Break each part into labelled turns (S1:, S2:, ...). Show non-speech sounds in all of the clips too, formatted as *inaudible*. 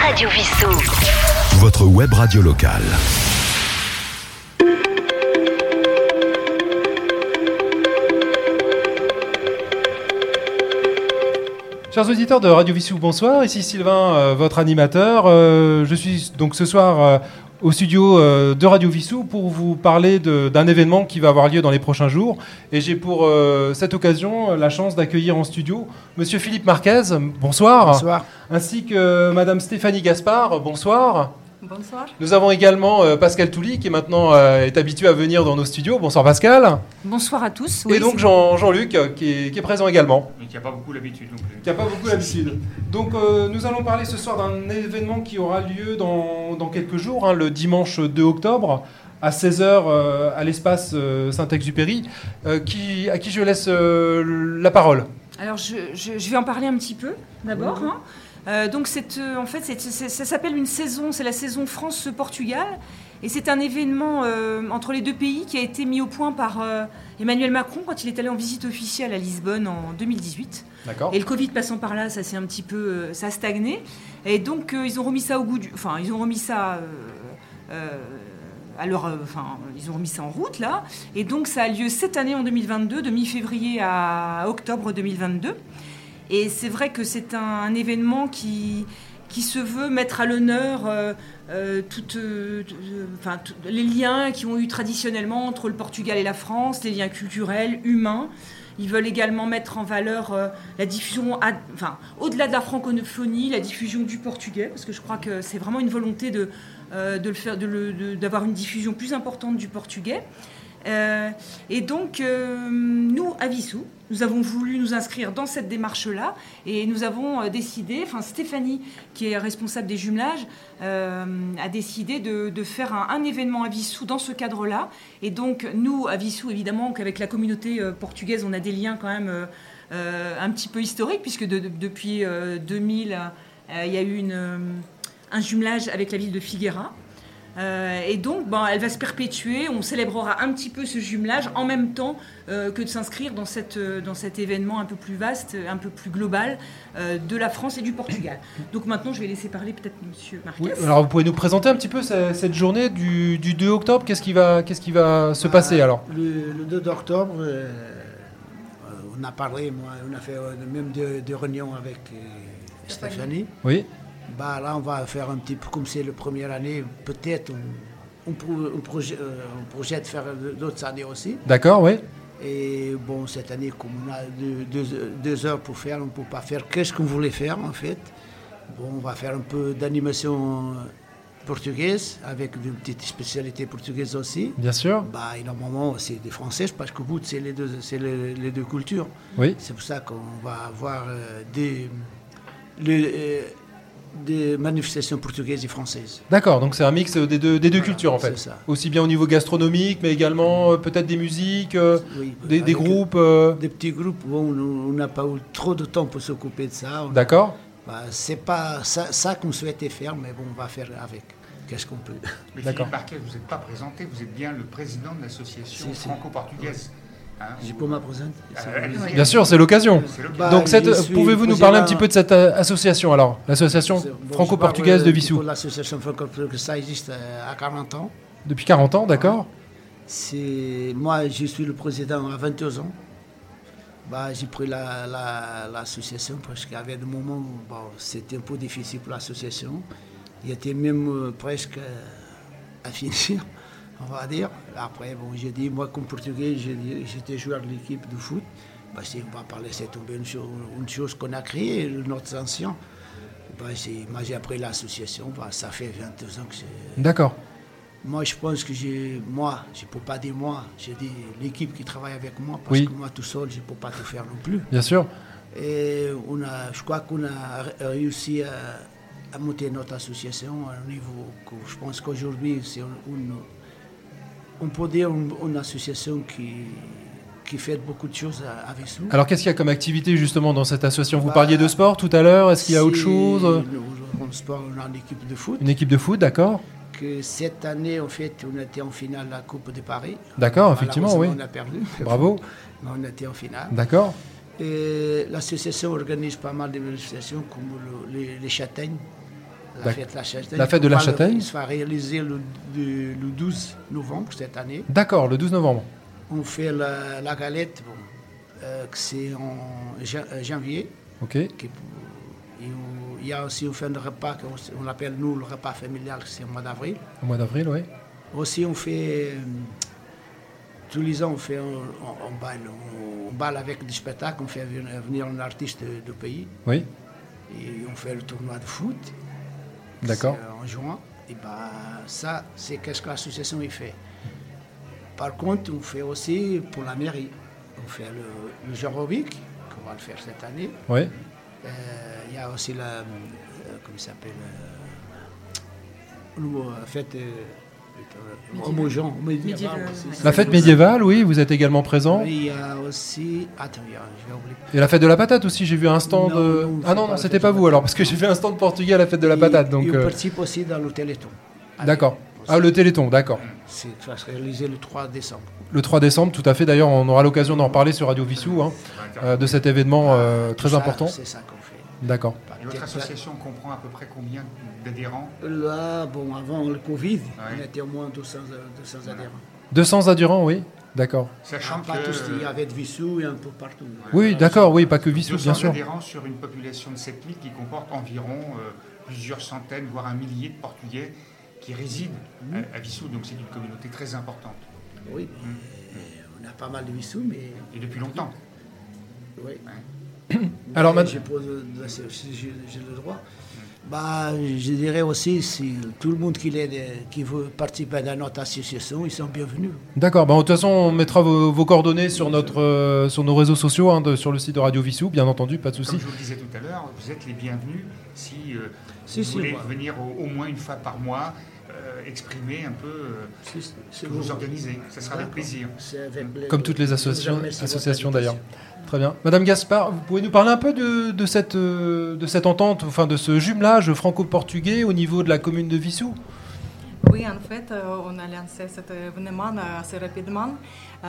S1: Radio Vissou.
S2: Votre web radio locale.
S3: Chers auditeurs de Radio Vissou, bonsoir. Ici Sylvain, euh, votre animateur. Euh, je suis donc ce soir euh, au studio euh, de Radio Vissou pour vous parler de- d'un événement qui va avoir lieu dans les prochains jours. Et j'ai pour euh, cette occasion euh, la chance d'accueillir en studio Monsieur Philippe Marquez. Bonsoir.
S4: Bonsoir.
S3: Ainsi que euh, Madame Stéphanie Gaspard. Bonsoir.
S5: Bonsoir.
S3: Nous avons également euh, Pascal Touli qui est maintenant euh, est habitué à venir dans nos studios. Bonsoir Pascal.
S5: Bonsoir à tous.
S3: Et donc Jean- Jean-Luc euh, qui, est- qui est présent également.
S6: Mais qui a pas beaucoup l'habitude non plus.
S3: qui n'a pas beaucoup l'habitude. Donc euh, nous allons parler ce soir d'un événement qui aura lieu dans, dans quelques jours, hein, le dimanche 2 octobre, à 16h euh, à l'espace euh, Saint-Exupéry, euh, qui, à qui je laisse euh, la parole.
S5: Alors, je, je- je vais en parler un petit peu d'abord. hein. Euh, donc, c'est, euh, en fait, c'est- c'est- ça s'appelle une saison, c'est la saison France-Portugal. Et c'est un événement euh, entre les deux pays qui a été mis au point par euh, Emmanuel Macron quand il est allé en visite officielle à Lisbonne en 2018.
S3: D'accord
S5: Et le Covid passant par là, ça s'est un petit peu, euh, ça a stagné. Et donc euh, ils ont remis ça au goût du, enfin ils ont remis ça, euh, euh, à leur, euh, enfin ils ont remis ça en route là. Et donc ça a lieu cette année en 2022, de mi-février à octobre 2022. Et c'est vrai que c'est un, un événement qui qui se veut mettre à l'honneur euh, euh, toutes, euh, euh, enfin, tout- les liens qui ont eu traditionnellement entre le Portugal et la France, les liens culturels, humains. Ils veulent également mettre en valeur euh, la diffusion, ad- enfin, au-delà de la francophonie, la diffusion du portugais, parce que je crois que c'est vraiment une volonté de, euh, de le faire, de le- de- d'avoir une diffusion plus importante du portugais. Euh, et donc, euh, nous, à Vissou, nous avons voulu nous inscrire dans cette démarche-là et nous avons euh, décidé, enfin Stéphanie, qui est responsable des jumelages, euh, a décidé de, de faire un, un événement à Vissou dans ce cadre-là. Et donc, nous, à Vissou, évidemment, qu'avec la communauté euh, portugaise, on a des liens quand même euh, euh, un petit peu historiques, puisque de- de- depuis euh, 2000, euh, il y a eu une, euh, un jumelage avec la ville de Figueira. Euh, et donc, ben, elle va se perpétuer. On célébrera un petit peu ce jumelage en même temps euh, que de s'inscrire dans, cette, euh, dans cet événement un peu plus vaste, euh, un peu plus global euh, de la France et du Portugal. Donc maintenant, je vais laisser parler peut-être Monsieur Marquez.
S3: Oui, alors vous pouvez nous présenter un petit peu ce- cette journée du, du 2 octobre. Qu'est-ce qui va, qu'est-ce qui va se passer
S4: Euh,
S3: alors
S4: le, le 2 octobre, euh, euh, on a parlé, moi, on a fait euh, même des des réunions avec euh, Stéphanie.
S3: Oui.
S4: Bah, là, on va faire un petit peu comme c'est la première année, peut-être on, on, pro- on proje- euh, on projette faire d'autres années aussi.
S3: D'accord, oui.
S4: Et bon, cette année, comme on a deux, deux- deux heures pour faire, on ne peut pas faire qu'est-ce qu'on voulait faire en fait. Bon, on va faire un peu d'animation euh, portugaise avec une petite spécialité portugaise aussi.
S3: Bien sûr.
S4: Bah, énormément, c'est des Françaises parce qu'au bout, c'est les deux, c'est les, les deux cultures.
S3: Oui.
S4: C'est pour ça qu'on va avoir euh, des, les, euh, des manifestations portugaises et françaises.
S3: D'accord, donc c'est un mix euh, des deux, des deux cultures en fait.
S4: c'est ça.
S3: Aussi bien au niveau gastronomique, mais également euh, peut-être des musiques, euh,
S4: Oui,
S3: des, des
S4: avec
S3: groupes. euh,
S4: Des petits groupes, bon, on on n'a pas eu trop de temps pour s'occuper de ça. On-
S3: D'accord.
S4: bah, c'est pas ça, ça qu'on souhaitait faire, mais bon, on va faire avec. Qu'est-ce qu'on peut
S6: Mais
S3: D'accord.
S6: Philippe Marquet, vous n'êtes pas présenté, vous êtes bien le président de l'association
S4: Si, si.
S6: franco-portugaise. Hein,
S4: J'ai
S6: vous-
S4: pas ma présente.
S6: Euh, allez-y.
S5: Oui.
S3: Bien sûr, c'est l'occasion.
S6: C'est l'occasion.
S4: Bah,
S3: Donc, cette- euh,
S4: je suis
S3: pouvez-vous nous
S4: président-
S3: parler un petit peu de cette euh, association alors L'association
S4: C'est- bon,
S3: franco-portugaise
S4: je parle,
S3: de
S4: euh,
S3: Vissou.
S4: pour L'association franco-portugaise, ça existe euh, à 40 ans.
S3: Depuis 40 ans, d'accord
S4: C'est moi, je suis le président à 22 ans. Bah, j'ai pris la- la- l'association parce qu'il y avait des moments où bon, c'était un peu difficile pour l'association. Il était même euh, presque euh, à finir, *laughs* on va dire. Après, bon, j'ai dit, moi, comme portugais, j'ai dit- j'étais joueur de l'équipe de foot. Bah, si on va parler, c'est tombé une chose, une chose qu'on a créée, notre ancien. Bah, j'ai- moi, j'ai appris l'association. Bah, ça fait 22 ans que j'ai
S3: D'accord.
S4: moi, je pense que j'ai, moi, je ne peux pas dire moi, j'ai dit l'équipe qui travaille avec moi, parce
S3: Oui.
S4: que moi tout seul, je ne peux pas tout faire non plus.
S3: Bien sûr.
S4: Et on a, je crois qu'on a ré- réussi à, à monter notre association à un niveau que je pense qu'aujourd'hui, c'est une, on peut dire une, une association qui, qui fait beaucoup de choses à- avec nous.
S3: Alors, qu'est-ce qu'il y a comme activité justement dans cette association
S4: Bah,
S3: Vous parliez de sport tout à l'heure. Est-ce qu'il y a autre chose
S4: On sport, on a une équipe de foot,
S3: Une équipe de foot, d'accord
S4: que cette année, en fait, on était en finale de la Coupe de Paris.
S3: D'accord, Ah, effectivement, oui.
S4: Malheureusement, On a perdu.
S3: Bravo.
S4: Mais on était en finale.
S3: D'accord.
S4: Et L'association organise pas mal de manifestations comme le- les, les châtaignes. la fête de la Châtaigne.
S3: La fête de
S4: On
S3: la
S4: va le-
S3: Châtaigne.
S4: Il sera réalisé le, le- le 12 novembre cette année.
S3: D'accord, le 12 novembre.
S4: On fait la, la galette, bon, euh, que c'est en ja- euh, janvier.
S3: Ok.
S4: qui- et on- il y a aussi on fait un repas qu'on s- on appelle nous le repas familial, c'est au mois d'avril.
S3: Au mois d'avril, oui.
S4: Aussi on fait, euh, tous les ans on fait un, un- un bal, on bal avec des spectacles, on fait venir venir un artiste du pays
S3: Oui.
S4: et on fait le tournoi de foot.
S3: D'accord.
S4: C'est, euh, En juin. Et bah, ça, c'est qu'est-ce que l'association y fait. Par contre, on fait aussi pour la mairie. On fait le, le Jean Robic, qu'on va le faire cette année.
S3: Oui.
S4: Euh, Il y a aussi la. euh, comment ça s'appelle euh, le- La fête. euh, putain, au Montjean, au médiéval
S5: Médiéval,
S4: aussi.
S5: ouais.
S3: La fête médiévale, oui, vous êtes également présent.
S4: Oui, Il y a aussi. Attends, il y a- je vais oublier.
S3: Et la fête de la patate aussi, j'ai vu un stand.
S4: Non,
S3: euh, ah
S4: non, c'est
S3: non,
S4: pas
S3: non,
S4: la
S3: c'était
S4: fête
S3: pas
S4: de la
S3: vous alors, parce que j'ai fait un stand portugais à la fête de la
S4: Et-
S3: patate. Donc,
S4: et on
S3: euh,
S4: participe aussi dans le Téléthon.
S3: D'accord.
S4: Avec-
S3: Ah, le Téléthon, d'accord.
S4: C'est- Ça sera réalisé le 3 décembre.
S3: Le 3 décembre, tout à fait. D'ailleurs, on aura l'occasion d'en reparler sur Radio Vissou, hein, euh, de cet événement euh, très
S4: Tout ça,
S3: important.
S4: C'est ça qu'on fait.
S3: D'accord.
S4: Par
S6: Et votre
S4: tête-
S6: association comprend à peu près combien d'adhérents
S4: Là, bon, avant le Covid,
S6: Ouais.
S4: on était au moins 200, 200 adhérents.
S3: 200 adhérents, oui. D'accord.
S6: Sachant
S4: Ah, pas
S6: que
S4: tous, il y
S6: euh,
S4: avait de Vissou et un peu partout.
S3: Oui, d'accord, oui, pas que Vissou, bien
S6: 200
S3: sûr.
S6: adhérents sur une population de 7000 qui comporte environ euh, plusieurs centaines, voire un millier de Portugais qui résident à, à Vissou. Donc c'est une communauté très importante.
S4: Oui, euh, on a pas mal de Vissou, mais.
S6: Et depuis longtemps.
S4: Oui.
S3: Alors,
S4: Mais
S3: madame-
S4: Je pose euh, de- si- si j'ai j'ai le droit. Bah, je dirais aussi, si tout le monde qui, l'est- qui veut participer à notre association, ils sont bienvenus.
S3: D'accord. Bah, de toute façon, on mettra vos, vos coordonnées sur, notre, euh, sur nos réseaux sociaux, hein, de- sur le site de Radio Vissou, bien entendu, pas de
S6: Comme
S3: souci.
S6: je vous le disais tout à l'heure, vous êtes les bienvenus si euh,
S4: Si,
S6: vous
S4: si,
S6: voulez
S4: moi.
S6: venir au, au moins une fois par mois euh, exprimer un peu euh,
S4: Si- si
S6: ce que vous organisez. Ça sera avec
S4: D'accord.
S6: plaisir.
S4: C'est avec plaisir.
S3: Comme toutes
S4: Je
S3: les
S4: vous
S3: associations,
S4: remercie de votre
S3: associations d'ailleurs.
S4: invitation.
S3: Très bien. Madame Gaspard, vous pouvez nous parler un peu de, de cette, euh, de cette entente, enfin de ce jumelage franco-portugais au niveau de la commune de Vissou
S1: Oui, en fait, euh, on a lancé cet événement euh, assez rapidement. Euh,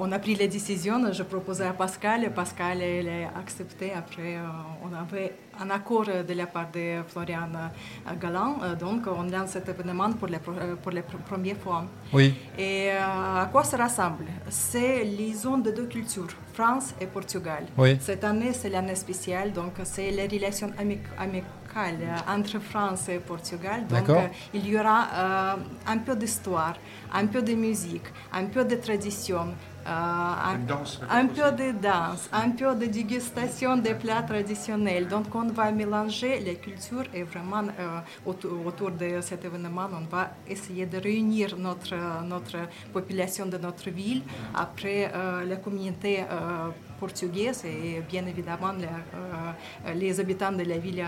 S1: on a pris la décision, je proposais à Pascal, et Pascal il a accepté. Après, euh, on avait un accord euh, de la part de Florian euh, Galland. Euh, Donc, on lance cet événement pour la, pro- euh, pour la pr- première fois.
S3: Oui.
S1: Et euh, à quoi ça rassemble C'est les zones de deux cultures, France et Portugal.
S3: Oui.
S1: Cette année, c'est l'année spéciale, donc c'est les relations ami- amicales euh, entre France et Portugal. Donc
S3: D'accord.
S1: euh, il y aura euh, un peu d'histoire, un peu de musique, un peu de tradition. euh, un,
S6: Une danse, peut-être
S1: un peu
S6: aussi.
S1: de danse, un peu de dégustation des plats traditionnels. Donc on va mélanger les cultures et vraiment euh, autour, autour de cet événement, on va essayer de réunir notre, euh, notre population de notre ville. Après, euh, la communauté euh, portugaise et bien évidemment la- euh, les habitants de la ville euh,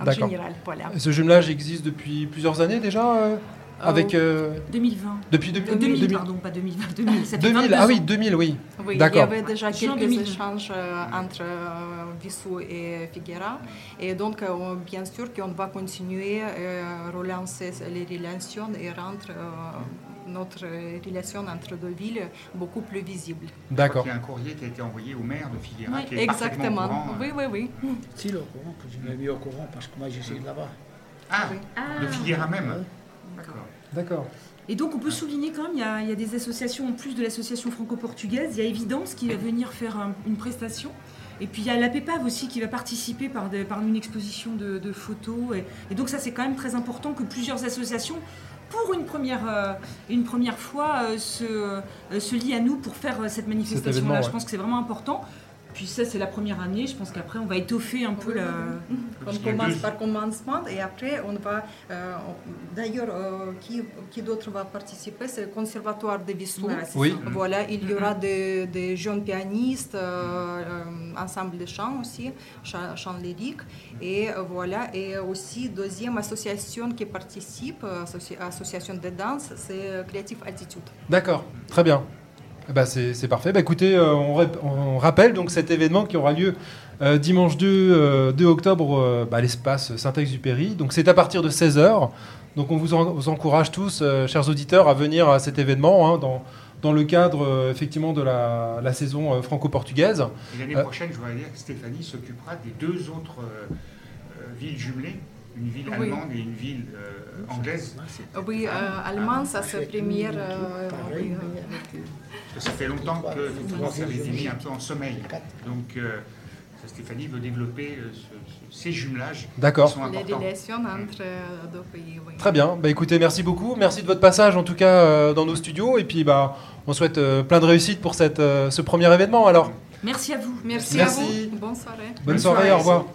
S1: en
S3: D'accord.
S1: général. Voilà.
S3: Ce jumelage existe depuis plusieurs années déjà euh, avec euh,
S5: 2020.
S3: depuis 2000,
S5: 2000, Euh, pardon, pas 2020, 2000. Ça fait
S3: 2000,
S5: 22
S3: ah oui,
S5: ans.
S3: 2000, oui.
S1: Oui, il y
S3: D'accord.
S1: avait déjà
S5: Juin
S1: quelques
S5: 2000.
S1: échanges euh, entre euh, Vissou et Figuera. Et donc, euh, on- bien sûr qu'on va continuer euh, relancer les relations et rendre euh, notre relation entre deux villes beaucoup plus visible.
S3: D'accord.
S6: Il y a un courrier qui a été envoyé au maire de Figuera qui est parfaitement au
S1: Exactement.
S6: courant, euh,
S1: Oui, oui, oui.
S4: Si, le courant, que je l'ai mis au courant parce que moi je suis de là-bas.
S6: Ah,
S5: Ah.
S6: de Figuera même. D'accord.
S3: D'accord.
S5: Et donc, on peut souligner quand même, il y a, il y a des associations, en plus de l'association franco-portugaise, il y a Évidence qui va venir faire un- une prestation. Et puis, il y a la PEPAV aussi qui va participer par, des- par une exposition de, de photos. Et, et donc, ça, c'est quand même très important que plusieurs associations, pour une première, euh, une première fois, euh, se, euh, se lient à nous pour faire euh, cette
S3: événement,
S5: manifestation-là.
S3: ouais.
S5: Je pense que c'est vraiment important. Puis ça, c'est la première année. Je pense qu'après, on va étoffer un peu la...
S1: On
S6: Parce qu'il y a
S1: commence
S6: deux-
S1: par commencement et après on va. euh, on- D'ailleurs, euh, qui, qui d'autre va participer C'est le Conservatoire de Vissou.
S5: Voilà, c'est
S3: Oui. Mm-hmm.
S5: ça.
S1: Voilà, il y aura des, des jeunes pianistes, euh, euh, ensemble de chants aussi, cha- chant lyrique. Et euh, voilà, et aussi deuxième association qui participe, euh, associ- association de danse, c'est euh, Creative Attitude.
S3: D'accord. Très bien. Eh ben, c'est c'est parfait. Bah, écoutez, euh, on, rép- on rappelle donc cet événement qui aura lieu euh, dimanche 2, euh, 2 octobre euh, bah, à l'espace Saint-Exupéry. Donc c'est à partir de 16h. Donc on vous, en- vous encourage tous, euh, chers auditeurs, à venir à cet événement hein, dans, dans le cadre euh, effectivement de la, la saison euh, franco-portugaise.
S6: Et L'année
S3: Euh,
S6: prochaine, je voudrais dire que Stéphanie s'occupera des deux autres euh, euh, villes jumelées une ville
S1: Oui.
S6: allemande et une ville euh, anglaise.
S1: Oui,
S3: Ah,
S1: euh, allemand, ça c'est première. euh, oui, euh,
S6: Parce que Ça fait longtemps que effectivement, ça les a mis un peu en sommeil. Donc, euh, ça, Stéphanie veut développer euh, ce- ce- ces jumelages.
S3: D'accord.
S6: qui sont
S1: les
S6: importants.
S1: relations entre euh, deux pays. Oui.
S3: Mm-hmm. Très bien. Bah écoutez, merci beaucoup. Merci de votre passage en tout cas euh, dans nos studios. Et puis bah on souhaite euh, plein de réussite pour cette, euh, ce premier événement. Alors
S5: Merci à vous.
S1: Merci,
S3: Merci.
S1: à vous. Bonne soirée.
S3: bonne, soirée, au revoir.